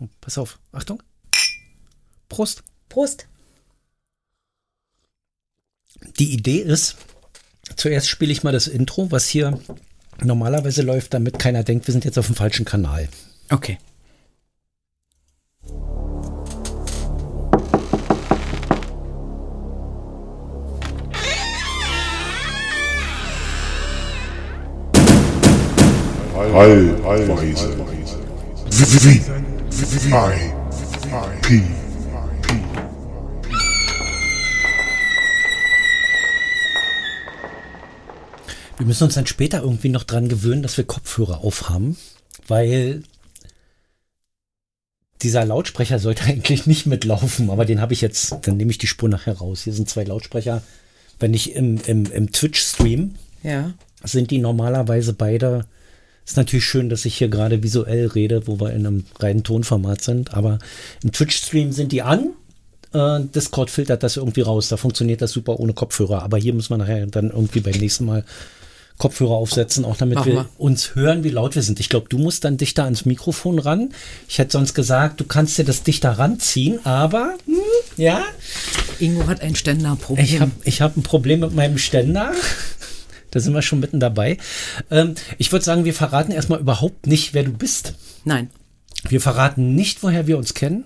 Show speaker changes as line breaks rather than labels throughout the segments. Oh, pass auf. Achtung. Prost.
Prost.
Die Idee ist, zuerst spiele ich mal das Intro, was hier normalerweise läuft, damit keiner denkt, wir sind jetzt auf dem falschen Kanal.
Okay.
Allweise. Wie? I. P. P.
Wir müssen uns dann später irgendwie noch dran gewöhnen, dass wir Kopfhörer aufhaben, weil dieser Lautsprecher sollte eigentlich nicht mitlaufen, aber den habe ich jetzt, dann nehme ich die Spur nachher raus. Hier sind zwei Lautsprecher. Wenn ich im, im, im Twitch-Stream
Ja.
sind die normalerweise beide. Ist natürlich schön, dass ich hier gerade visuell rede, wo wir in einem reinen Tonformat sind, aber im Twitch-Stream sind die an. Äh, Discord filtert das irgendwie raus. Da funktioniert das super ohne Kopfhörer. Aber hier müssen wir nachher dann irgendwie beim nächsten Mal Kopfhörer aufsetzen, auch damit
Mach
wir
mal.
uns hören, wie laut wir sind. Ich glaube, du musst dann dichter ans Mikrofon ran. Ich hätte sonst gesagt, du kannst dir das dichter ranziehen, aber hm, ja,
Ingo hat ein Ständerproblem.
ich habe ich hab ein Problem mit meinem Ständer. Da sind wir schon mitten dabei. Ähm, ich würde sagen, wir verraten erstmal überhaupt nicht, wer du bist.
Nein.
Wir verraten nicht, woher wir uns kennen.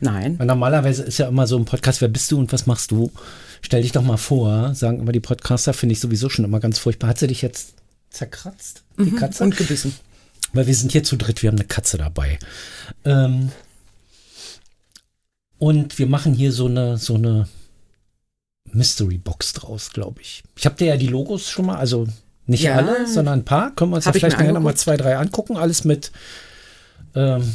Nein.
Weil normalerweise ist ja immer so ein Podcast, wer bist du und was machst du? Stell dich doch mal vor, sagen immer die Podcaster, finde ich sowieso schon immer ganz furchtbar. Hat sie dich jetzt zerkratzt? Die Katze?
Und gebissen.
Weil wir sind hier zu dritt, wir haben eine Katze dabei. Ähm, und wir machen hier so eine, so eine Mystery Box draus, glaube ich. Ich habe dir ja die Logos schon mal, also nicht
Ja.
alle, sondern ein paar. Können wir uns
Hab
ja
ich
vielleicht
mir
nachher nochmal
angeguckt.
zwei, drei angucken. Alles mit ähm,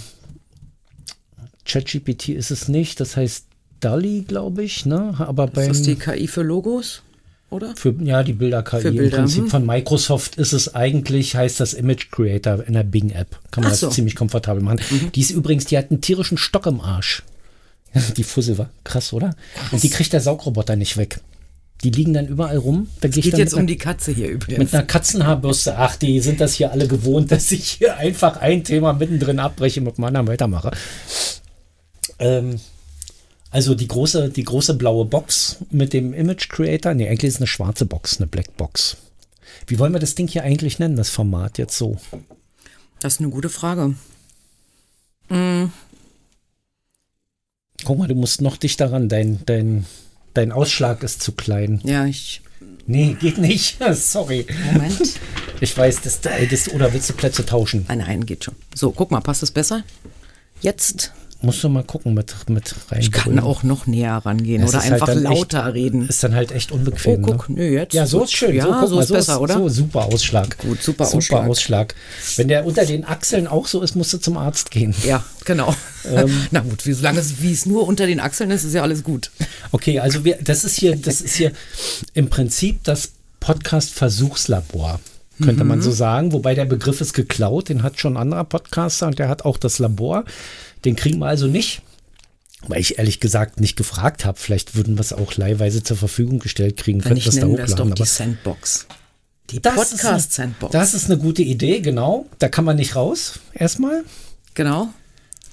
ChatGPT ist es nicht, das heißt DALI, glaube ich, ne? Aber
Ist
beim,
das die KI für Logos? Oder?
für, ja, die Bilder-KI
Für
im
Bilder,
Prinzip
hm.
von Microsoft ist es eigentlich, heißt das Image Creator in der Bing App. Kann man
Ach
das
so. Mhm.
ziemlich komfortabel machen. Die ist übrigens, die hat einen tierischen Stock im Arsch. Die Fussel war krass, oder? Und die kriegt der Saugroboter nicht weg. Die liegen dann überall rum. Da gehe ich
Geht
dann
jetzt
mit,
um
einer,
die Katze hier übrigens.
mit einer Katzenhaarbürste. Ach, die sind das hier alle gewohnt, dass ich hier einfach ein Thema mittendrin abbreche und mit dem anderen weitermache. Ähm, also die große, die große blaue Box mit dem Image Creator. Nee, eigentlich ist es eine schwarze Box, eine Black Box. Wie wollen wir das Ding hier eigentlich nennen, das Format jetzt so?
Das ist eine gute Frage.
Guck mal, du musst noch dich daran, dein, dein, dein Ausschlag ist zu klein.
Ja, ich.
Nee, geht nicht. Sorry.
Moment.
Ich weiß, das, das, oder willst du Plätze tauschen?
Ah, nein, geht schon. So, guck mal, passt das besser? Jetzt.
Musst du mal gucken mit, mit rein.
Ich kann auch noch näher rangehen
Es
oder
ist halt
einfach
dann echt-
lauter reden.
Ist dann halt echt
Oh,
unbequem.
guck,
ne?
nö, jetzt.
Ja, so ist schön.
Ja,
so, guck
so
mal,
ist besser, oder?
So, super Ausschlag.
Gut, super
super Ausschlag.
Ausschlag.
Wenn der unter den Achseln auch so ist, musst du zum Arzt gehen.
Ja, genau.
Ähm.
Na gut, wie, solange es, wie es nur unter den Achseln ist, ist ja alles gut.
Okay, also wir, das ist hier, das ist hier im Prinzip das Podcast-Versuchslabor, könnte
Mhm.
man so sagen. Wobei der Begriff ist geklaut, den hat schon ein anderer Podcaster und der hat auch das Labor. Den kriegen wir also nicht. Weil ich ehrlich gesagt nicht gefragt habe, vielleicht würden wir es auch leihweise zur Verfügung gestellt kriegen,
Wenn
könnten
ich
wir es da
nenne das
hochladen.
doch die
aber-
Sandbox. Die
Das ist eine-
Podcast-Sandbox.
Das ist eine gute Idee, genau. Da kann man nicht raus, erstmal.
Genau.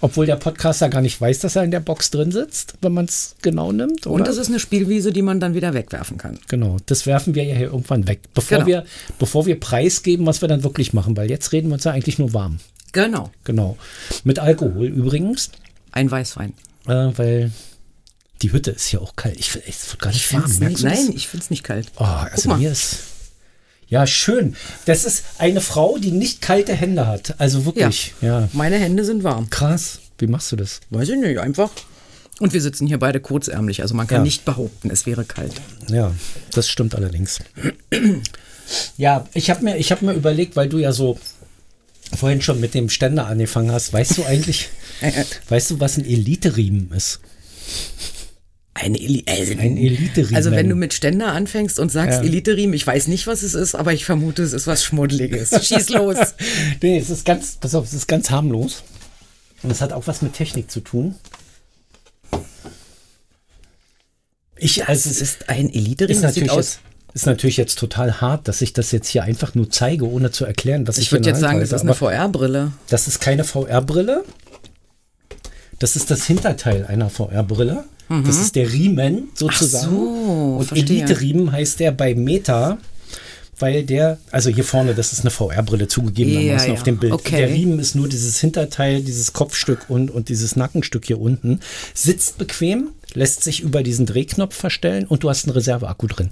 Obwohl der Podcaster gar nicht weiß, dass er in der Box drin sitzt, wenn man es genau nimmt. Oder?
Und es ist eine Spielwiese, die man dann wieder wegwerfen kann.
genau, das werfen wir ja hier irgendwann weg, bevor,
Genau.
wir, bevor wir preisgeben, was wir dann wirklich machen, weil jetzt reden wir uns ja eigentlich nur warm.
Genau.
Genau. Mit Alkohol übrigens,
Ein Weißwein.
äh, weil die Hütte ist ja auch kalt. Ich, ich wird gar nicht warm.
Find's
Merkst
nicht,
du das?
nein, ich finde es nicht kalt.
Oh, also
mal.
mir ist. Ja, schön. Das ist eine Frau, die nicht kalte Hände hat. Also wirklich. ja.
Meine Hände sind warm.
Krass. Wie machst du das?
Weiß ich nicht, einfach. Und wir sitzen hier beide kurzärmlich, also man kann
Ja.
nicht behaupten, es wäre kalt.
Ja, das stimmt allerdings. Ja, ich habe mir, ich hab mir überlegt, weil du ja so vorhin schon mit dem Ständer angefangen hast, weißt du eigentlich, weißt du, was ein Elite-Riemen ist?
Eine Eli also,
Ein Elite-Riemen.
also wenn du mit Ständer anfängst und sagst
Ja.
Elite-Riemen, ich weiß nicht, was es ist, aber ich vermute, es ist was Schmuddeliges. Schieß los.
nee, es ist ganz, pass auf, es ist ganz harmlos. Und es hat auch was mit Technik zu tun. Ich, also es
Es
ist,
ist ein Elite-Riemen,
ist
das sieht
natürlich
aus.
jetzt, ist natürlich jetzt total hart, dass ich das jetzt hier einfach nur zeige, ohne zu erklären, was ich,
Ich würde
hier in
jetzt
der Hand
sagen, das
halte,
ist eine
aber
VR-Brille.
Das ist keine VR-Brille. Das ist das Hinterteil einer VR-Brille. Das ist der Riemen sozusagen.
Mhm. so,
Und
verstehe.
Elite-Riemen heißt der bei Meta, weil der, also hier vorne, das ist eine VR-Brille zugegebenermaßen
Ja, ja.
auf dem Bild.
Okay.
Der Riemen ist nur dieses Hinterteil, dieses Kopfstück und, und dieses Nackenstück hier unten. Sitzt bequem, lässt sich über diesen Drehknopf verstellen und du hast einen Reserveakku drin.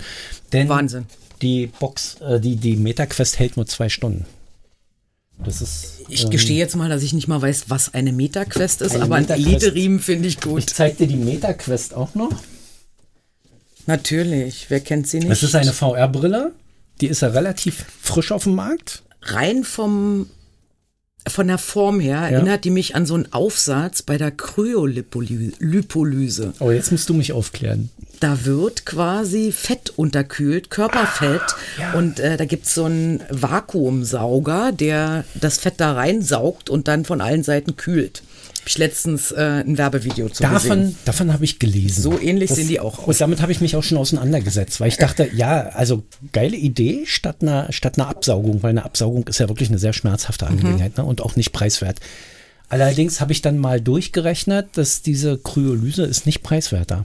Denn
Wahnsinn.
Die Box, äh, die, die Meta-Quest hält nur zwei Stunden. Das ist.
Ich gestehe jetzt mal, dass ich nicht mal weiß, was eine Meta-Quest ist,
Ähm, Eine
aber ein
Meta-Quest.
Elite-Riemen finde ich
Ich
gut.
zeig dir die Meta-Quest auch noch.
Natürlich, wer kennt sie nicht?
Es ist eine VR-Brille. Die ist ja relativ frisch auf dem Markt.
rein vom von der Form her erinnert die mich an so einen Aufsatz bei der Kryolipolyse.
Aber jetzt musst du mich aufklären.
Da wird quasi Fett unterkühlt,
Ah,
Körperfett. Und äh, da gibt's so einen Vakuumsauger, der das Fett da reinsaugt und dann von allen Seiten kühlt. Hab ich letztens äh, ein Werbevideo zu gesehen.
Davon, davon habe ich gelesen.
So ähnlich sehen die auch aus.
Und damit habe ich mich auch schon auseinandergesetzt, weil ich dachte, ja, also geile Idee statt einer, statt einer Absaugung, weil eine Absaugung ist ja wirklich eine sehr schmerzhafte
Mhm.
Angelegenheit ne, und auch nicht preiswert. Allerdings habe ich dann mal durchgerechnet, dass diese Kryolyse ist nicht preiswerter.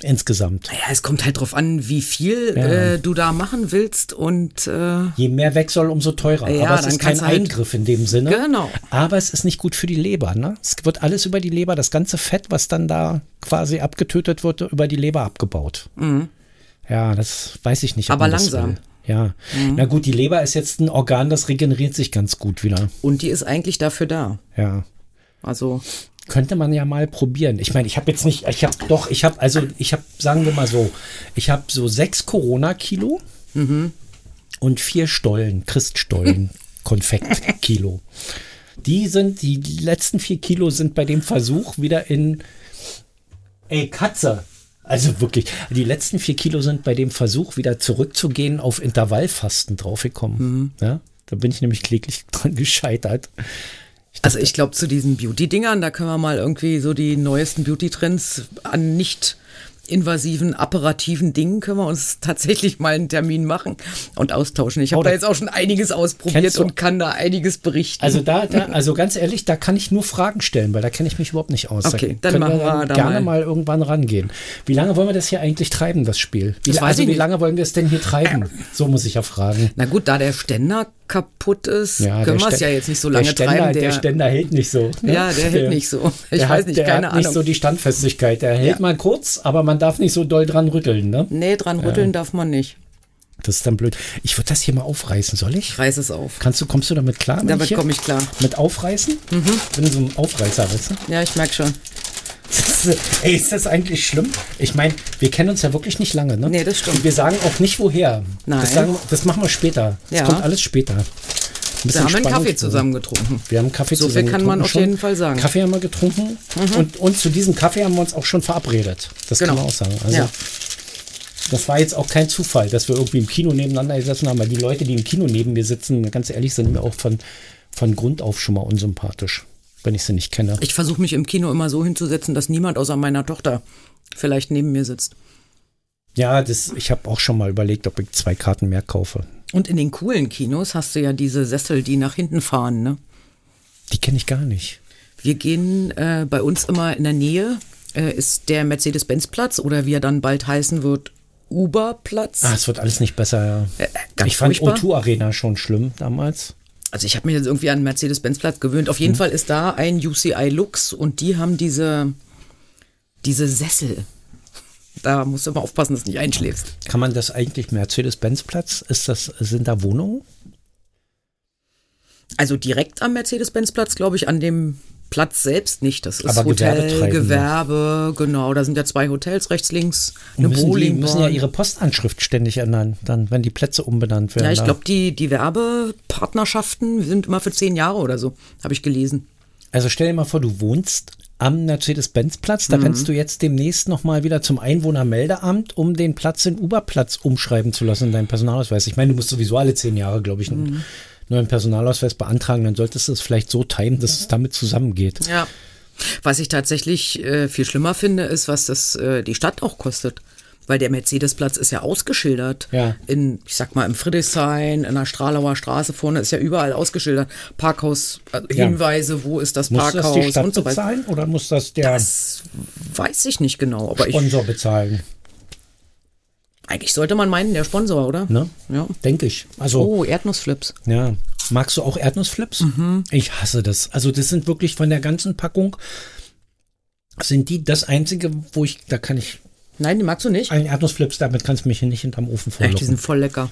Insgesamt.
Naja, es kommt halt drauf an, wie viel
Ja.
äh, du da machen willst und äh,
Je mehr weg soll, umso teurer.
Ja,
Aber es
dann
ist kein
kannst du halt-
Eingriff in dem Sinne.
Genau.
Aber es ist nicht gut für die Leber. Ne? Es wird alles über die Leber, das ganze Fett, was dann da quasi abgetötet wird, über die Leber abgebaut. Ja, das weiß ich nicht.
Mhm. Aber
man das
langsam. Mhm.
will. Ja. Na gut, die Leber ist jetzt ein Organ, das regeneriert sich ganz gut wieder.
und die ist eigentlich dafür da.
Ja.
Also
Könnte man ja mal probieren. Ich meine, ich habe jetzt nicht, ich habe doch, ich habe, also ich habe, sagen wir mal so, ich habe so sechs Corona-Kilo und vier Stollen, Christstollen, Konfekt-Kilo. Die sind, die letzten vier Kilo sind bei dem Versuch wieder in, ey Katze, also wirklich, die letzten vier Kilo sind bei dem Versuch wieder zurückzugehen auf Intervallfasten draufgekommen. Ja, da bin ich nämlich kläglich dran gescheitert.
Also ich glaube, zu diesen Beauty-Dingern, da können wir mal irgendwie so die neuesten Beauty-Trends an nicht invasiven, apparativen Dingen können wir uns tatsächlich mal einen Termin machen und austauschen. Ich habe
Oh,
da
da-
jetzt auch schon einiges ausprobiert
Kennst du-
und kann da einiges berichten.
Also da, da, also ganz ehrlich, da kann ich nur Fragen stellen, weil da kenne ich mich überhaupt nicht aus.
Okay,
da
dann
können
machen wir da
gerne
mal.
mal. irgendwann rangehen. Wie lange wollen wir das hier eigentlich treiben, das Spiel? Wie,
Das weiß
also
ich
wie
nicht.
lange wollen wir es denn hier treiben? So muss ich ja fragen.
Na gut, da der Ständer kaputt ist,
Ja,
können
der
wir es
Stä-
ja jetzt nicht so lange
der Ständer,
treiben.
Der, Ständer hält nicht so. ne?
Ja, der hält nicht so. Ich
der
weiß
hat,
nicht,
der
keine
hat nicht
Ahnung.
so die Standfestigkeit. Der hält mal kurz, aber man darf nicht so doll dran rütteln. Ne?
nee, dran rütteln darf man nicht.
Das ist dann blöd. Ich würde das hier mal aufreißen, soll ich?
Reiß es auf.
Kannst du, kommst du damit klar? wenn
Damit
hier-
komme ich Mhm. klar.
Mit aufreißen? Ich bin so ein Aufreißer, weißt du?
Ja, ich merke schon.
Ey, ist das eigentlich schlimm? Ich meine, wir kennen uns ja wirklich nicht lange, ne?
Nee, das stimmt.
Und wir sagen auch nicht woher.
Nein.
Das, sagen, das machen wir später.
Ja.
Das kommt alles später. Ein
Da
bisschen
haben wir einen
Spannung
Kaffee
drin.
zusammen getrunken.
Wir haben einen Kaffee
So viel
zusammen
kann man
getrunken
auf
schon.
jeden Fall sagen. Mhm.
Kaffee haben wir getrunken und, und zu diesem Kaffee haben wir uns auch schon verabredet. Das
Genau.
kann man auch sagen. Also,
Ja.
das war jetzt auch kein Zufall, dass wir irgendwie im Kino nebeneinander gesessen haben, weil die Leute, die im Kino neben mir sitzen, ganz ehrlich, sind mir auch von, von Grund auf schon mal unsympathisch, wenn ich sie nicht kenne.
Ich versuche mich im Kino immer so hinzusetzen, dass niemand außer meiner Tochter vielleicht neben mir sitzt.
Ja, das, ich habe auch schon mal überlegt, ob ich zwei Karten mehr kaufe.
Und in den coolen Kinos hast du ja diese Sessel, die nach hinten fahren. Ne?
Die kenne ich gar nicht.
Wir gehen äh, bei uns immer in der Nähe, äh, ist der Mercedes-Benz-Platz oder wie er dann bald heißen wird, Uber-Platz.
Ah, es wird alles nicht besser, ja.
Äh, ganz
ich fand
furchtbar.
O2 Arena schon schlimm damals.
Also ich habe mich jetzt irgendwie an den Mercedes-Benz-Platz gewöhnt.
Mhm.
Auf jeden Fall ist da ein UCI Lux und die haben diese, diese Sessel. Da musst du immer aufpassen, dass du nicht einschläfst.
Kann man das eigentlich Mercedes-Benz-Platz? Ist das, sind da Wohnungen?
Also direkt am Mercedes-Benz-Platz, glaube ich, an dem Platz selbst nicht. Das ist
Aber
Hotel,
Gewerbetreibende.
Gewerbe, genau. Da sind ja zwei Hotels, rechts, links, eine
müssen, die,
Bowlingbahn.
müssen ja ihre Postanschrift ständig ändern, dann, wenn die Plätze umbenannt werden.
Ja, ich
da.
glaube, die, die Werbepartnerschaften sind immer für zehn Jahre oder so, habe ich gelesen.
Also stell dir mal vor, du wohnst am Mercedes-Benz-Platz,
Mhm.
da rennst du jetzt demnächst nochmal wieder zum Einwohnermeldeamt, um den Platz in Uberplatz umschreiben zu lassen in deinem Personalausweis. Ich meine, du musst sowieso alle zehn Jahre, glaube ich, einen
Mhm.
neuen Personalausweis beantragen, dann solltest du es vielleicht so timen, dass es damit zusammengeht.
Ja. Was ich tatsächlich äh, viel schlimmer finde, ist, was das äh, die Stadt auch kostet. weil der Mercedesplatz ist ja ausgeschildert.
Ja.
In, ich sag mal, im Friedrichshain, in der Stralauer Straße vorne ist ja überall ausgeschildert. Parkhaus, äh,
Ja.
Hinweise, wo ist das
Muss das
Parkhaus
die Stadt
und so weiter.
bezahlen oder muss das der
Das weiß ich nicht genau, aber ich,
Sponsor bezahlen?
eigentlich sollte man meinen, der Sponsor, oder?
Ne?
Ja.
Denke ich. Also,
Oh, Erdnussflips.
ja. Magst du auch Erdnussflips?
Mhm.
Ich hasse das. Also, das sind wirklich von der ganzen Packung, sind die das einzige, wo ich, da kann ich,
Nein, die magst du nicht?
ein Erdnussflips, damit kannst du mich hier nicht hinterm Ofen
Echt, die sind
vorlocken.
voll lecker.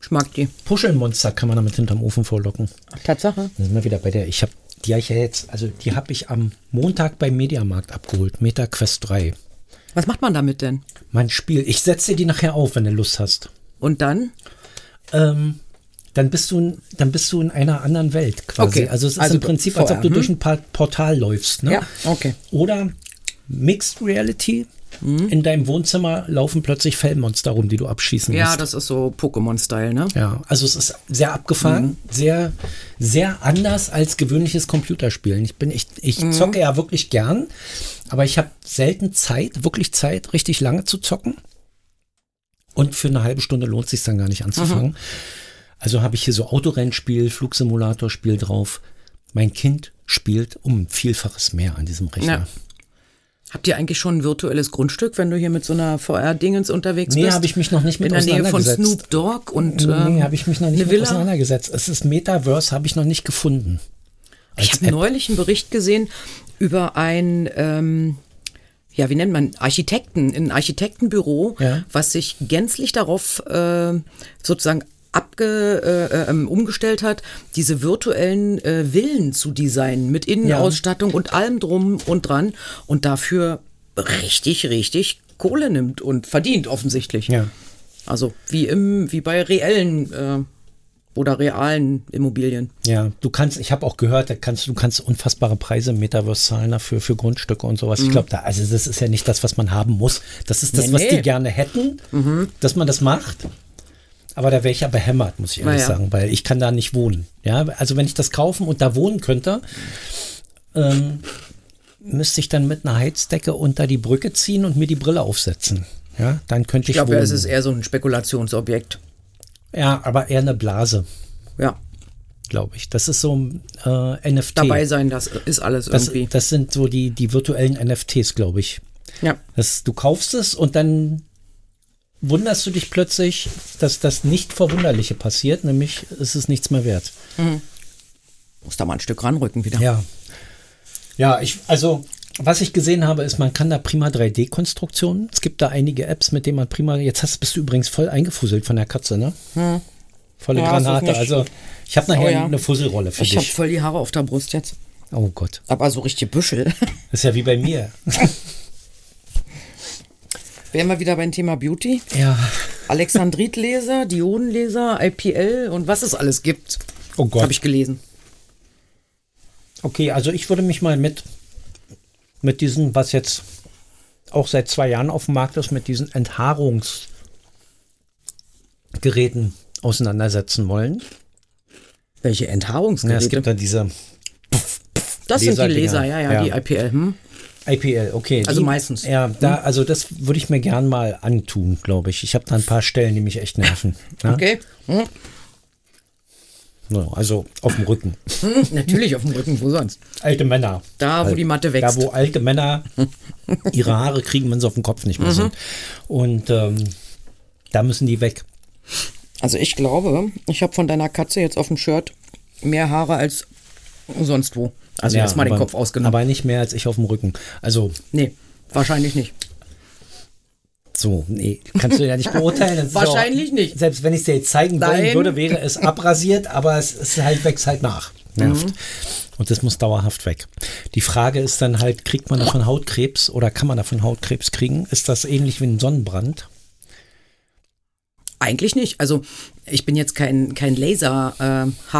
Ich mag die.
Puschelmonster kann man damit hinterm Ofen vorlocken.
Tatsache.
Dann sind wir wieder bei der, ich habe, die hab ich ja jetzt, also die habe ich am Montag beim Mediamarkt abgeholt, Meta Quest 3.
Was macht man damit denn?
Mein Spiel, ich setze dir die nachher auf, wenn du Lust hast.
Und dann?
ähm, dann bist du in, dann bist du in einer anderen Welt quasi.
Okay,
Also es ist
also
im Prinzip, als
VR,
ob du
hm?
durch ein Pa- Portal läufst. Ne?
Ja, okay.
Oder Mixed Reality. In deinem Wohnzimmer laufen plötzlich Fellmonster rum, die du abschießen
Ja,
musst.
das ist so Pokémon-Style, ne?
Ja, also es ist sehr abgefahren,
Mhm.
sehr, sehr anders als gewöhnliches Computerspielen. Ich bin, ich, ich
Mhm.
zocke ja wirklich gern, aber ich habe selten Zeit, wirklich Zeit, richtig lange zu zocken. Und für eine halbe Stunde lohnt sich dann gar nicht
Mhm.
anzufangen. Also habe ich hier so Autorennspiel, Flugsimulatorspiel drauf. Mein Kind spielt um ein Vielfaches mehr an diesem Rechner.
Ja. Habt ihr eigentlich schon ein virtuelles Grundstück, wenn du hier mit so einer VR-Dingens unterwegs
Nee,
bist?
hab ich mich noch nicht mit
In der Nähe von
auseinandergesetzt.
Snoop Dogg und
Nee,
ähm,
habe ich mich noch nicht
eine
mit
Villa.
auseinandergesetzt. Es ist Metaverse, habe ich noch nicht gefunden.
Ich
Als
habe
App.
neulich einen Bericht gesehen über ein, ähm, ja, wie nennt man, Architekten, ein Architektenbüro,
Ja.
was sich gänzlich darauf äh, sozusagen abge, äh, ähm, umgestellt hat, diese virtuellen äh, Villen zu designen mit Innenausstattung und allem drum und dran und dafür richtig, richtig Kohle nimmt und verdient offensichtlich.
Ja.
Also wie im, wie bei reellen äh, oder realen Immobilien.
Ja, du kannst, ich habe auch gehört, da kannst, du kannst unfassbare Preise im Metaverse zahlen dafür, für Grundstücke und sowas. Ich glaube, da, also das ist ja nicht das, was man haben muss. Das ist das,
Mhm. Nee,
was
nee. Mhm.
die gerne hätten, dass man das macht. Aber da wäre ich ja behämmert, muss ich ehrlich
Naja.
sagen, weil ich kann da nicht wohnen. Ja, also wenn ich das kaufen und da wohnen könnte, ähm, müsste ich dann mit einer Heizdecke unter die Brücke ziehen und mir die Brille aufsetzen. Ja, dann könnte ich,
Ich glaube,
wohnen.
es ist eher so ein Spekulationsobjekt.
ja, aber eher eine Blase,
Ja,
glaube ich. Das ist so ein äh, NFT.
dabei sein, das ist alles
Das,
irgendwie.
das sind so die, die virtuellen NFTs, glaube ich.
ja.
Das, du kaufst es und dann wunderst du dich plötzlich, dass das nicht Verwunderliche passiert, nämlich es ist nichts mehr wert.
Muss da mal ein Stück ranrücken wieder.
Ja. Ja, ich, also, was ich gesehen habe, ist, man kann da prima 3D-Konstruktionen. Es gibt da einige Apps, mit denen man prima. Jetzt hast, bist du übrigens voll eingefuselt von der Katze, ne? Volle
Hm. Ja, es ist
Granate.
nicht-
Also, ich habe nachher
Oh ja.
eine Fusselrolle für
ich habe
dich.
voll die Haare auf der Brust jetzt.
Oh Gott.
Aber so richtige Büschel.
Das ist ja wie bei mir.
Wären wir wieder beim Thema Beauty.
ja.
Alexandritlaser, Diodenlaser, IPL und was es alles gibt.
Oh Gott.
Habe ich gelesen.
Okay, also ich würde mich mal mit, mit diesen, was jetzt auch seit zwei Jahren auf dem Markt ist, mit diesen Enthaarungsgeräten auseinandersetzen wollen.
Welche
Ja,
Enthaarungsgeräte?
es gibt da diese
das sind die
Laserdinger.
Laser, ja, ja,
Ja.
die IPL. Hm?
IPL, okay.
Also
die,
meistens. Hm?
Ja, da, also das würde ich mir gern mal antun, glaube ich. Ich habe da ein paar Stellen, die mich echt nerven. Ja?
Okay. Hm?
So, also auf dem Rücken.
Hm? Natürlich auf dem Rücken, wo sonst?
Alte Männer.
Halt. Da, wo die Matte
Da,
wächst.
wo alte Männer ihre Haare kriegen, wenn sie auf dem Kopf
Mhm.
nicht mehr sind. Und ähm, da müssen die weg.
Also ich glaube, ich habe von deiner Katze jetzt auf dem Shirt mehr Haare als sonst wo. Also
Ja,
jetzt mal den
aber-
Kopf ausgenommen.
Aber nicht mehr als ich auf dem Rücken. Also,
nee, wahrscheinlich nicht.
so, nee, kannst du ja nicht beurteilen. Das ist
Wahrscheinlich
auch,
nicht.
Selbst wenn ich es dir jetzt zeigen wollen
Nein.
würde, wäre es abrasiert, aber es ist halt, wächst halt nach. Nervt.
Mhm.
Und das muss dauerhaft weg. Die Frage ist dann halt, kriegt man davon Hautkrebs oder kann man davon Hautkrebs kriegen? Ist das ähnlich wie ein Sonnenbrand?
Eigentlich nicht. Also ich bin jetzt kein, kein Laser, äh,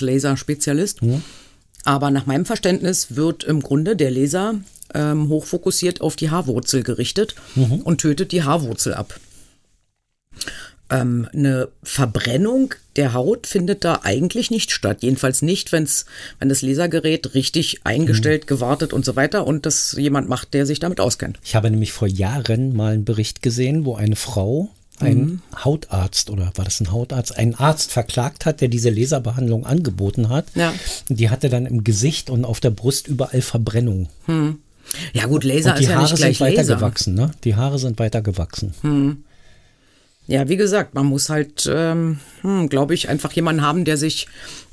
Haarentfernungslaser-Spezialist. Aber nach meinem Verständnis wird im Grunde der Laser ähm,
Mhm.
hochfokussiert auf die Haarwurzel gerichtet und tötet die Haarwurzel ab. ähm, eine Verbrennung der Haut findet da eigentlich nicht statt. Jedenfalls nicht, wenn's, wenn das Lasergerät richtig
Mhm.
eingestellt, gewartet und so weiter und das jemand macht, der sich damit auskennt.
Ich habe nämlich vor Jahren mal einen Bericht gesehen, wo eine Frau
Mhm.
einen Hautarzt oder war das ein Hautarzt, einen Arzt verklagt hat, der diese Laserbehandlung angeboten hat.
Ja.
Und Die hatte dann im Gesicht und auf der Brust überall Verbrennung.
Ja gut, Laser
und die
ist ja
Haare
nicht
sind
gleich
weiter
Laser. Hm.
gewachsen, ne? Die Haare sind weiter gewachsen.
Ja, wie gesagt, man muss halt, ähm, hm, glaube ich, einfach jemanden haben, der sich,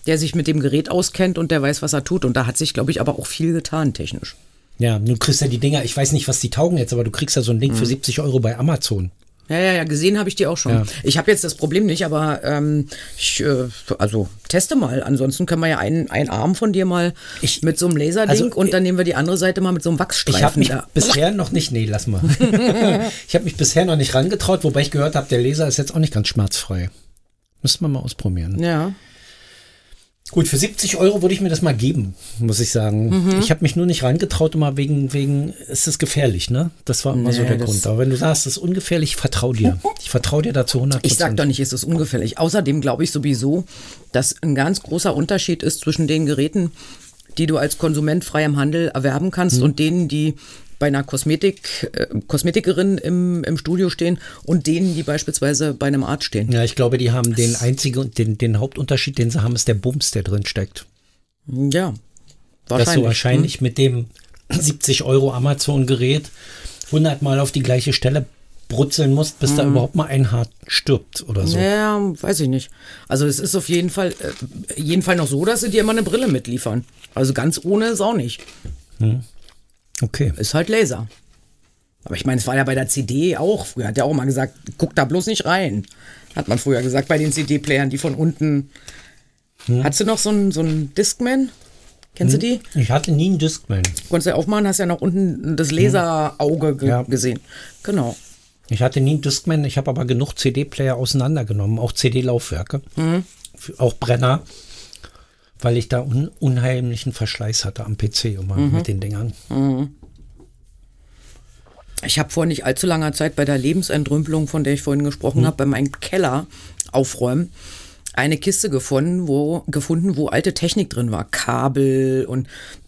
der sich mit dem Gerät auskennt und der weiß, was er tut. Und da hat sich, glaube ich, aber auch viel getan technisch.
Ja, du kriegst ja die Dinger, ich weiß nicht, was die taugen jetzt, aber du kriegst ja so einen Link für
Hm.
70 Euro bei Amazon.
Ja, ja, ja, gesehen habe ich die auch schon. Ich habe jetzt das Problem nicht, aber ähm, ich, äh, also teste mal. Ansonsten können wir ja einen, einen Arm von dir mal
Ich-
mit so einem Laserding
also,
und dann nehmen wir die andere Seite mal mit so einem
Ich habe
Wachsstreifen.
mich
da.
bisher noch nicht, nee, lass mal. ich habe mich bisher noch nicht rangetraut, wobei ich gehört habe, der Laser ist jetzt auch nicht ganz schmerzfrei. Müssen wir mal ausprobieren.
Ja.
Gut, für 70 Euro würde ich mir das mal geben, muss ich sagen.
Mhm.
Ich habe mich nur nicht rangetraut, immer wegen, wegen, es ist gefährlich, ne? Das war immer so
Nee,
der
das-
Grund. Aber wenn du sagst, es ist ungefährlich, ich vertraue dir. Ich vertraue dir dazu 100
Ich sag doch nicht, es ist ungefällig. Außerdem glaube ich sowieso, dass ein ganz großer Unterschied ist zwischen den Geräten, die du als Konsument frei im Handel erwerben kannst und denen, die bei einer Kosmetik, äh, Kosmetikerin im, im Studio stehen und denen, die beispielsweise bei einem Arzt stehen.
Ja, ich glaube, die haben den einzigen, den, den Hauptunterschied, den sie haben, ist der Bums, der drin steckt.
Ja,
Dass du
wahrscheinlich. Hm.
wahrscheinlich mit dem 70 Euro Amazon-Gerät 100 Mal auf die gleiche Stelle brutzeln musst, bis da
Hm.
überhaupt mal ein Haar stirbt oder so.
Ja, weiß ich nicht. Also es ist auf jeden Fall, äh, jeden Fall noch so, dass sie dir immer eine Brille mitliefern. Also ganz ohne ist auch nicht.
Okay.
Ist halt Laser. Aber ich meine, es war ja bei der CD auch. Früher hat ja auch mal gesagt, guck da bloß nicht rein. Hat man früher gesagt, bei den CD-Playern, die von unten. Hattest du noch so einen, so einen Discman? Kennst du die?
Ich hatte nie einen Discman.
Konntest du ja aufmachen, hast ja noch unten das Laserauge ge
Ja.
gesehen. Genau.
Ich hatte nie einen Discman, ich habe aber genug CD-Player auseinandergenommen, auch CD-Laufwerke,
Mhm.
F- auch Brenner, weil ich da un unheimlichen Verschleiß hatte am PC immer
Mhm.
mit den Dingern.
Äh. Ich habe vor nicht allzu langer Zeit bei der Lebensentrümpelung, von der ich vorhin gesprochen
Mhm.
habe, bei meinem Keller aufräumen, eine Kiste gefunden wo, gefunden, wo alte Technik drin war. Kabel und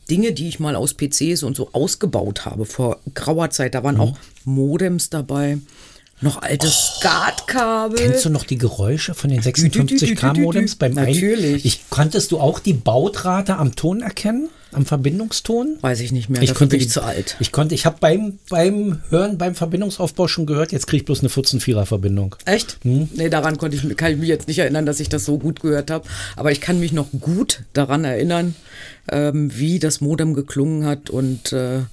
Dinge, die ich mal aus PCs und so ausgebaut habe vor grauer Zeit. Da waren
Mhm.
auch Modems dabei, noch alte Skatkabel.
Oh, Kennst du noch die Geräusche von den 56K-Modems beim Ein-
Natürlich.
Ich konntest du auch die Baudrate am Ton erkennen, am Verbindungston?
Weiß ich nicht mehr,
Ich
dafür
konnte
bin ich
die-
zu alt.
Ich konnte, ich habe beim, beim Hören, beim Verbindungsaufbau schon gehört, jetzt kriege ich bloß eine 14-4er-Verbindung.
Echt?
Hm?
Nee, daran konnte ich, kann ich mich jetzt nicht erinnern, dass ich das so gut gehört habe. Aber ich kann mich noch gut daran erinnern, ähm, wie das Modem geklungen hat und äh,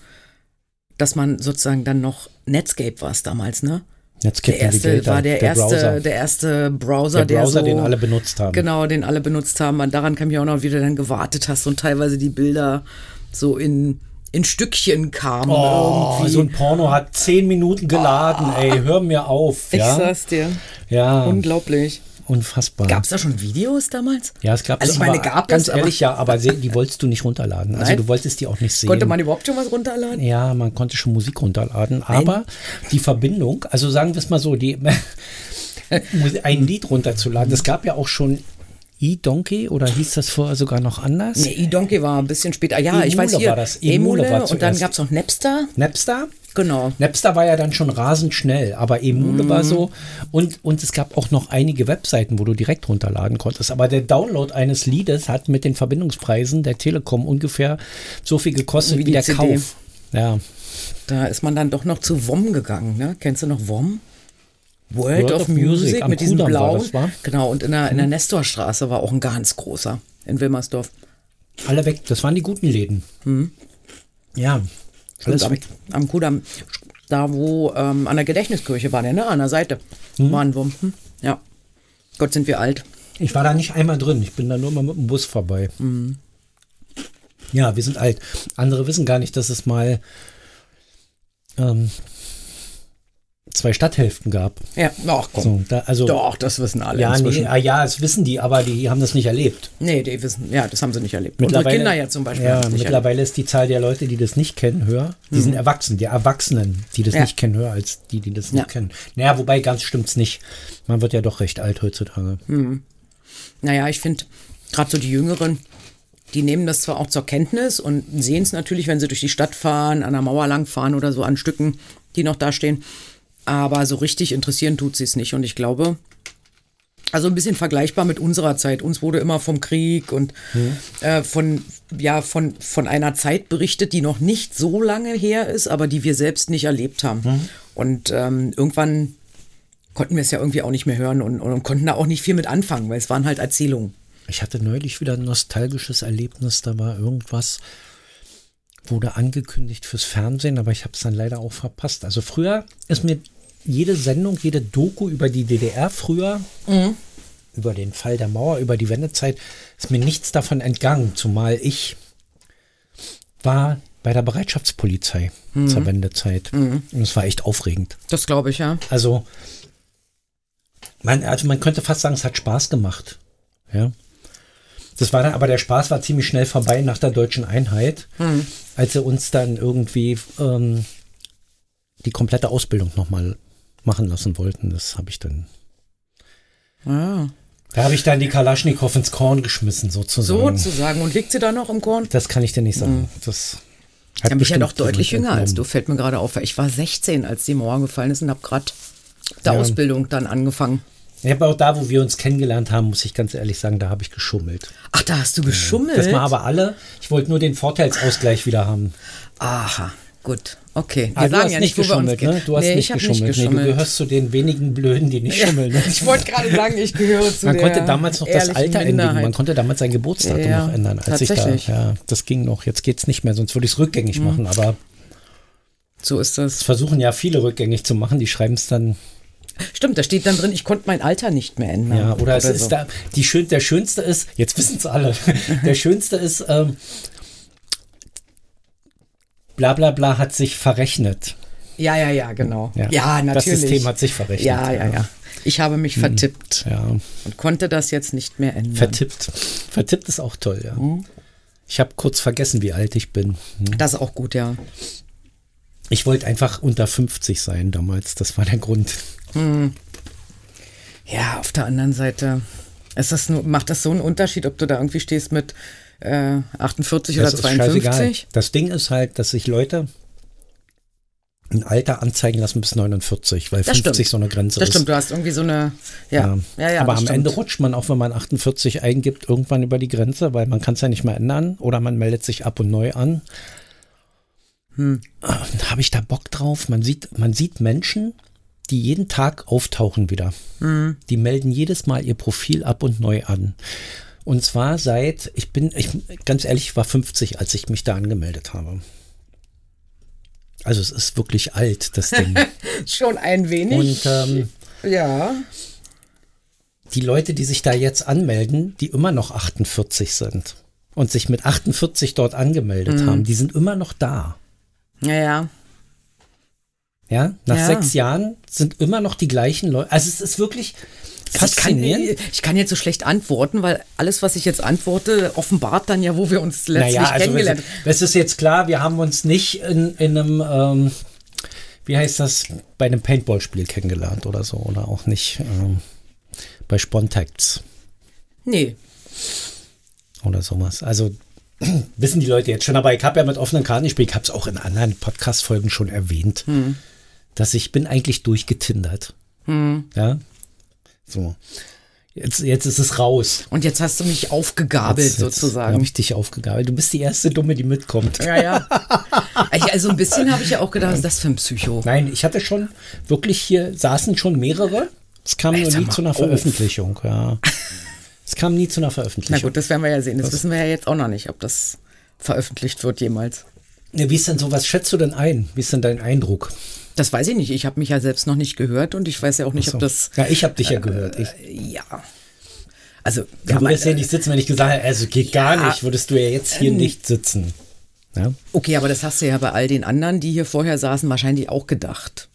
dass man sozusagen dann noch Netscape war es damals, ne?
Jetzt
Der erste war der, erste,
Browser.
der erste Browser,
Der Browser,
so,
den alle benutzt haben.
Genau, den alle benutzt haben. Und daran kann ich mich auch noch, wie du dann gewartet hast und teilweise die Bilder so in, in Stückchen kamen.
Oh,
irgendwie. Ah.
so ein Porno hat zehn Minuten geladen, ey, hör mir auf.
ich
Ja,
sag's dir.
ja
Unglaublich.
unfassbar.
Gab es da schon Videos damals?
Hm. ja, es gab
Also ich meine,
aber,
gab
ganz
es, aber-
ehrlich, ja, aber se- die wolltest du nicht runterladen. Also
Nein.
du wolltest die auch nicht sehen.
Konnte man überhaupt schon was runterladen?
ja, man konnte schon Musik runterladen, aber die Verbindung, also sagen wir es mal so, die, Mus- ein Lied runterzuladen, es gab ja auch schon E-Donkey oder hieß das vorher sogar noch anders?
Nee, E-Donkey war ein bisschen später. Ja, ich
Emule
weiß hier.
war das. Emule war
und dann
zuerst.
gab es noch Napster.
Napster?
Genau.
Napster war ja dann schon rasend schnell, aber Emule war
Mhm.
so. Und, und es gab auch noch einige Webseiten, wo du direkt runterladen konntest. Aber der Download eines Liedes hat mit den Verbindungspreisen der Telekom ungefähr so viel gekostet
Wie
wie,
die
der
CD.
Kauf. Ja,
Da ist man dann doch noch zu WOM gegangen. Ne? Kennst du noch WOM? World, of, Music,
am
mit diesem
Kudamm war Mhm.
blauen.
das, wa?
Genau, und in der, in der Nestorstraße war auch ein ganz großer in Wilmersdorf.
alle weg. Das waren die guten Läden.
Mhm.
Ja, alles
am,
weg.
am Kudamm. Da, wo ähm, an der Gedächtniskirche war der, ne? An der Seite.
Mhm.
War ein WOM. Hm? Ja. Gott, sind wir alt.
Ich war da nicht einmal drin. Ich bin da nur mal mit dem Bus vorbei.
Mhm.
Ja, wir sind alt. Andere wissen gar nicht, dass es mal ähm, zwei Stadthälften gab.
Ja, ach komm.
So, da, also,
Doch, das wissen alle
ja,
inzwischen.
nee, ah, ja, das wissen die, aber die haben das nicht erlebt.
Nee, die wissen, ja, das haben sie nicht erlebt. Und mit Kindern ja zum Beispiel.
Ja,
haben sie nicht erlebt. Hm.
mittlerweile ist die Zahl der Leute, die das nicht kennen, höher. Die sind erwachsen, der Erwachsenen, die das
Ja.
nicht kennen, höher als die, die das nicht
Ja.
kennen. Naja, wobei ganz stimmt's nicht. Man wird ja doch recht alt heutzutage.
Naja, ich finde, gerade so die Jüngeren, die nehmen das zwar auch zur Kenntnis und sehen es natürlich, wenn sie durch die Stadt fahren, an der Mauer langfahren oder so an Stücken, die noch da stehen. Aber so richtig interessieren tut sie es nicht. Und ich glaube, also ein bisschen vergleichbar mit unserer Zeit. Uns wurde immer vom Krieg und äh, von, ja, von, von einer Zeit berichtet, die noch nicht so lange her ist, aber die wir selbst nicht erlebt haben. Und ähm, irgendwann konnten wir es ja irgendwie auch nicht mehr hören und, und konnten da auch nicht viel mit anfangen, weil es waren halt Erzählungen.
Ich hatte neulich wieder ein nostalgisches Erlebnis, da war irgendwas, wurde angekündigt fürs Fernsehen, aber ich habe es dann leider auch verpasst. Also früher ist mir jede Sendung, jede Doku über die DDR früher, über den Fall der Mauer, über die Wendezeit, ist mir nichts davon entgangen, zumal ich war bei der Bereitschaftspolizei zur Wendezeit. Und es war echt aufregend.
Das glaube ich, ja.
Also man, also man könnte fast sagen, es hat Spaß gemacht. Ja. Das war dann, aber der Spaß war ziemlich schnell vorbei nach der deutschen Einheit,
Hm.
als sie uns dann irgendwie ähm, die komplette Ausbildung nochmal machen lassen wollten. Das habe ich dann.
Ah.
Da habe ich dann die Kalaschnikow ins Korn geschmissen, sozusagen.
Sozusagen. Und liegt sie da noch im Korn?
das kann ich dir nicht
Hm.
sagen. Das hat
Ich bin ja
bestimmt
doch deutlich
jemand
jünger als du,
entnommen.
fällt mir gerade auf. weil Ich war 16, als die Mauer gefallen ist und habe gerade der
Ja.
Ausbildung dann angefangen.
Ich habe auch da, wo wir uns kennengelernt haben, muss ich ganz ehrlich sagen, da habe ich geschummelt.
Ach, da hast du geschummelt.
Das mal aber alle. Ich wollte nur den Vorteilsausgleich wieder haben.
Aha, gut. Okay. Wir
Ah, du
sagen
hast
ja
nicht
nicht, wo wir uns
geschummelt, ne?
gehen.
Du hast
nee,
nicht
ich habe nicht
geschummelt. Nee, du
geschummelt.
gehörst zu den wenigen Blöden, die nicht schummeln. Ne?
ich wollte gerade sagen, ich gehöre zu
Man
der
konnte damals noch das
ehrlichen
Alter ändern. Man
Minderheit.
konnte damals sein Geburtsdatum
halt Ja,
noch ändern. Als ich da,
tatsächlich. Mhm.
ja, das ging noch. Jetzt geht's nicht mehr, sonst würde ich es rückgängig machen. Aber
So ist das.
es versuchen ja viele rückgängig zu machen. Die schreiben es dann.
Stimmt, da steht dann drin, ich konnte mein Alter nicht mehr ändern.
Ja, oder, es ist
so.
da. Die schön, der schönste ist. Jetzt wissen es alle. der schönste ist. Ähm, Bla bla bla hat sich verrechnet.
Ja, ja, ja, genau.
Ja.
Ja,
Das
natürlich.
System hat sich also. Hm. verrechnet.
Ja, ja, ja. Ich habe mich vertippt
Ja.
und konnte das jetzt nicht mehr ändern.
Vertippt. Vertippt ist auch toll, ja.
Mhm.
Ich habe kurz vergessen, wie alt ich bin.
das ist auch gut, ja.
Ich wollte einfach unter 50 sein damals. Das war der Grund.
Ja, auf der anderen Seite ist das nur, macht das so einen Unterschied, ob du da irgendwie stehst mit äh, 48
Das
oder
ist scheißegal.
52?
Das Ding ist halt, dass sich Leute ein Alter anzeigen lassen bis 49, weil
Das
50
stimmt.
so eine Grenze
Das
ist.
stimmt, du hast irgendwie so eine. Ja, ja, ja.
Ähm, aber
das
am
stimmt.
Ende rutscht man, auch wenn man 48 eingibt, irgendwann über die Grenze, weil man kann es ja nicht mehr ändern oder man meldet sich ab und neu an. Hm. Habe ich da Bock drauf? Man sieht, man sieht Menschen, die jeden Tag auftauchen wieder.
Hm.
Die melden jedes Mal ihr Profil ab und neu an. Und zwar seit, ich bin, ich, ganz ehrlich, ich war 50, als ich mich da angemeldet habe. Also es ist wirklich alt, das Ding.
Schon ein
und
wenig.
ähm,
ja.
die Leute, die sich da jetzt anmelden, die immer noch 48 sind und sich mit 48 dort angemeldet
Mhm.
haben, die sind immer noch da.
Ja, ja.
Ja, nach
Ja.
sechs Jahren sind immer noch die gleichen Leute. Also es ist wirklich faszinierend.
Ich kann, ich kann jetzt so schlecht antworten, weil alles, was ich jetzt antworte, offenbart dann ja, wo wir uns letztlich
naja, also
kennengelernt haben.
es ist jetzt klar, wir haben uns nicht in, in einem, ähm, wie heißt das, bei einem Paintball-Spiel kennengelernt oder so oder auch nicht ähm, bei Spontacts.
Nee,
oder sowas. Also wissen die Leute jetzt schon, aber ich habe ja mit offenen Karten gespielt, ich habe es auch in anderen Podcast-Folgen schon erwähnt,
Hm.
dass ich bin eigentlich durchgetindert.
Hm.
Ja. So. Jetzt, jetzt ist es raus.
Und jetzt hast du mich aufgegabelt
Jetzt- jetzt
sozusagen.
Hab ich dich aufgegabelt. Du bist die erste Dumme, die mitkommt.
ja, ja. Ich, also ein bisschen habe ich ja auch gedacht, was ist das für ein Psycho?
Nein, ich hatte schon wirklich hier, saßen schon mehrere. Es kam
Ey,
nur
sag
nie
mal
zu einer
auf.
Veröffentlichung. Ja. Es kam nie zu einer
Na
Veröffentlichung.
gut, das werden wir ja sehen. Das wissen wir ja jetzt auch noch nicht, ob das veröffentlicht wird jemals.
Ja, Wie ist denn so, was schätzt du denn ein? Wie ist denn dein Eindruck?
Das weiß ich nicht. Ich habe mich ja selbst noch nicht gehört und ich weiß ja auch nicht, ob das. äh,
ja, ich habe dich ja gehört. Ich,
Ja. Also,
Du
ja,
würdest ja
mein,
nicht sitzen, wenn ich gesagt hätte, also geht gar
Ja.
nicht, würdest du ja jetzt hier
Ähm.
nicht sitzen. Ja?
okay, aber das hast du ja bei all den anderen, die hier vorher saßen, wahrscheinlich auch gedacht.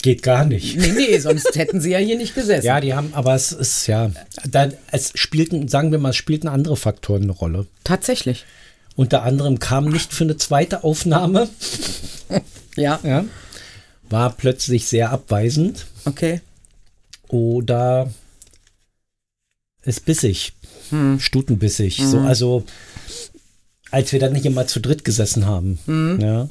Geht gar nicht.
Nee, nee, sonst hätten sie ja hier nicht gesessen.
Ja, die haben, aber es ist ja, da, es spielten, sagen wir mal, es spielten andere Faktoren eine Rolle.
Tatsächlich.
Unter anderem kam nicht für eine zweite Aufnahme,
Ja,
ja, war plötzlich sehr abweisend
okay.
oder ist bissig, stutenbissig. So, also, als wir dann nicht immer zu dritt gesessen haben. Ja.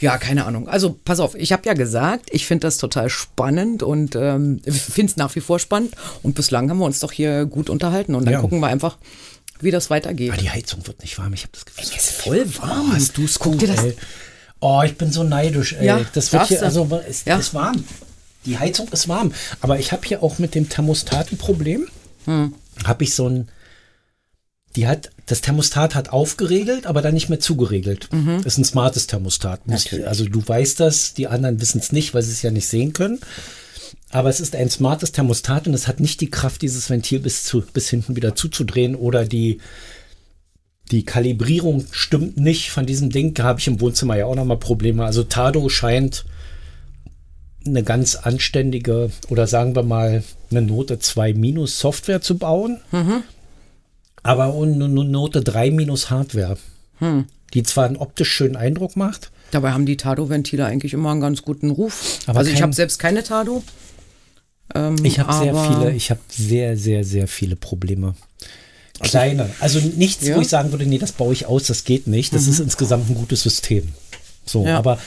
Ja, keine Ahnung. Also pass auf, ich habe ja gesagt, ich finde das total spannend und ähm, finde es nach wie vor spannend. Und bislang haben wir uns doch hier gut unterhalten und dann
Ja.
gucken wir einfach, wie das weitergeht.
Ah, die Heizung wird nicht warm, ich habe das Gefühl.
Ey, ist voll warm.
Oh, hast du's
Guck
gut,
dir das-
ey. Oh, ich bin so neidisch, ey.
Ja,
das wird
darfst
hier,
du.
also, es
Ja.
ist warm. Die Heizung ist warm. Aber ich habe hier auch mit dem Thermostatenproblem, habe ich so ein, die hat, das Thermostat hat aufgeregelt, aber dann nicht mehr zugeregelt. Ist ein smartes Thermostat. Muss ich, also du weißt das, die anderen wissen es nicht, weil sie es ja nicht sehen können. Aber es ist ein smartes Thermostat und es hat nicht die Kraft, dieses Ventil bis, zu, bis hinten wieder zuzudrehen oder die, die Kalibrierung stimmt nicht. Von diesem Ding habe ich im Wohnzimmer ja auch nochmal Probleme. Also Tado scheint eine ganz anständige oder sagen wir mal eine Note 2 minus Software zu bauen, aber ohne eine Note 3 minus Hardware, die zwar einen optisch schönen Eindruck macht,
Dabei haben die Tado-Ventile eigentlich immer einen ganz guten Ruf.
Aber
also ich
kein-
habe selbst keine Tado. Ähm,
Ich habe sehr
Hm, aber-
viele, ich habe sehr, sehr, sehr viele Probleme. Kleine. Also nichts,
Ja. Mhm.
wo ich sagen würde, nee, das baue ich aus, das geht nicht. Das ist insgesamt ein gutes System. So,
Ja.
aber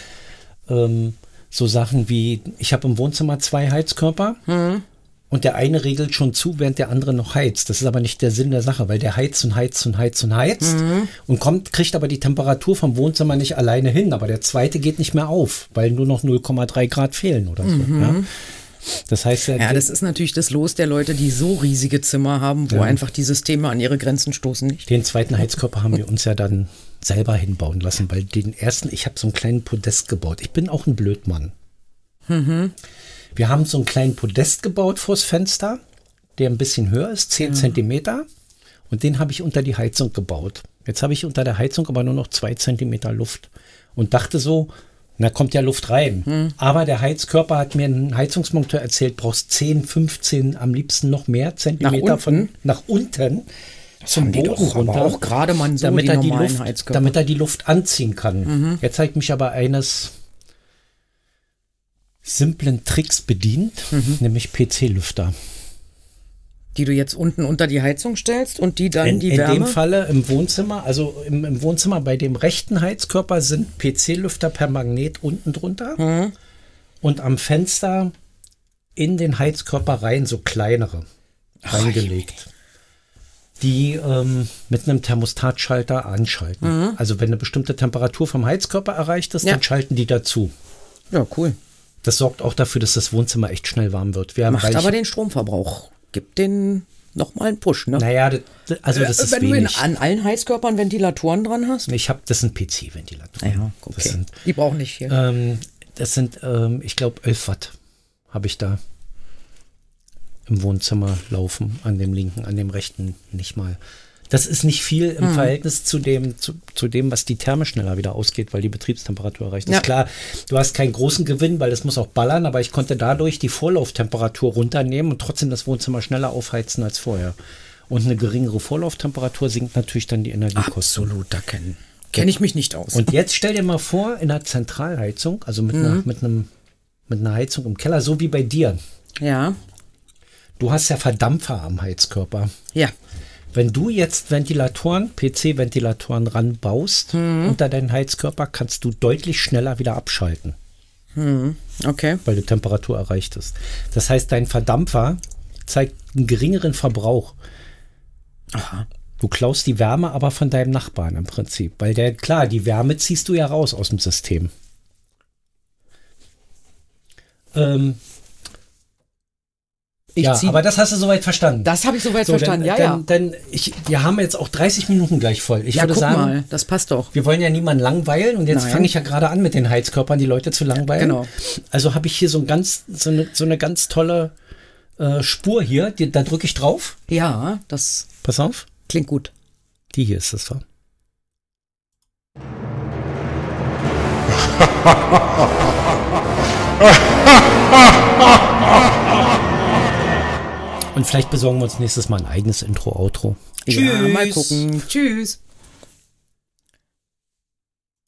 ähm, so Sachen wie, ich habe im Wohnzimmer zwei Heizkörper
Hm.
und der eine regelt schon zu, während der andere noch heizt. Das ist aber nicht der Sinn der Sache, weil der heizt und heizt und heizt und heizt
Mhm.
und kommt, kriegt aber die Temperatur vom Wohnzimmer nicht alleine hin, aber der zweite geht nicht mehr auf, weil nur noch 0,3 Grad fehlen oder so. Ja? Das heißt, der,
Mhm. Ja, das ist natürlich das Los der Leute, die so riesige Zimmer haben, wo einfach die Systeme an ihre Grenzen stoßen. Nicht?
Den zweiten Heizkörper haben wir uns ja dann selber hinbauen lassen, weil den ersten, ich habe so einen kleinen Podest gebaut. Ich bin auch ein Blödmann. Wir haben so einen kleinen Podest gebaut vors Fenster, der ein bisschen höher ist, 10 Zentimeter. Und den habe ich unter die Heizung gebaut. Jetzt habe ich unter der Heizung aber nur noch 2 Zentimeter Luft. Und dachte so, na kommt ja Luft rein. Aber der Heizkörper hat mir ein Heizungsmonteur erzählt, brauchst 10, 15, am liebsten noch mehr Zentimeter von
unten?
nach unten zum
die
Boden
doch aber
runter,
auch gerade mal so,
damit
die
er die
normalen
Luft,
Heizkörper. Mhm.
damit er die Luft anziehen kann. Jetzt zeigt mich aber eines simplen Tricks bedient,
Mhm.
nämlich PC-Lüfter.
Die du jetzt unten unter die Heizung stellst und die dann
In,
die
in
Wärme.
dem Falle im Wohnzimmer, also im, im Wohnzimmer bei dem rechten Heizkörper sind PC-Lüfter per Magnet unten drunter
Mhm.
und am Fenster in den Heizkörper rein so kleinere reingelegt, die ähm, mit einem Thermostatschalter anschalten. Also wenn eine bestimmte Temperatur vom Heizkörper erreicht ist,
Mhm. Ja.
dann schalten die dazu.
ja, cool.
Das sorgt auch dafür, dass das Wohnzimmer echt schnell warm wird. Wir haben
Macht
reiche-
aber den Stromverbrauch. Gibt den nochmal einen Push, ne? Äh,
naja, das, also das ist
Wenn
wenig.
du in, an allen Heizkörpern Ventilatoren dran hast.
Ich habe, das sind PC-Ventilatoren.
Ja,
Das sind,
Die brauchen nicht viel.
ähm, das sind ähm, ich glaube, 11 Watt habe ich da im Wohnzimmer laufen, an dem linken, an dem rechten nicht mal. Das ist nicht viel im Verhältnis zu dem, zu, zu dem, was die Therme schneller wieder ausgeht, weil die Betriebstemperatur erreicht.
Ja.
Ist klar, du hast keinen großen Gewinn, weil das muss auch ballern, aber ich konnte dadurch die Vorlauftemperatur runternehmen und trotzdem das Wohnzimmer schneller aufheizen als vorher. Und eine geringere Vorlauftemperatur sinkt natürlich dann die Energiekosten.
Absolut, da kenne kenn ich mich nicht aus.
Und jetzt stell dir mal vor, in einer Zentralheizung, also mit, einer, mit, einem, mit einer Heizung im Keller, so wie bei dir.
ja,
Du hast ja Verdampfer am Heizkörper.
ja.
Wenn du jetzt Ventilatoren, PC-Ventilatoren ranbaust unter deinen Heizkörper, kannst du deutlich schneller wieder abschalten,
Okay.
weil du Temperatur erreicht hast. Das heißt, dein Verdampfer zeigt einen geringeren Verbrauch.
Aha.
Du klaust die Wärme aber von deinem Nachbarn im Prinzip, weil der, klar, die Wärme ziehst du ja raus aus dem System. Ähm,
Ich
ja,
zieh-
aber das hast du soweit verstanden.
Das habe ich soweit
so,
verstanden,
dann,
ja, ja.
dann, Dann, ich, wir haben jetzt auch 30 Minuten gleich voll. Ich
ja,
würde
guck
sagen,
mal, das passt doch.
wir wollen ja niemanden langweilen und jetzt
Nein.
fange ich ja gerade an mit den Heizkörpern, die Leute zu langweilen.
Genau.
Also habe ich hier so, ein ganz, so, eine, so eine ganz tolle äh, Spur hier, die, da drücke ich drauf.
Ja, das
Pass auf,
klingt gut.
die hier ist das war. Und vielleicht besorgen wir uns nächstes Mal ein eigenes Intro-Outro.
Ja, mal gucken. Tschüss.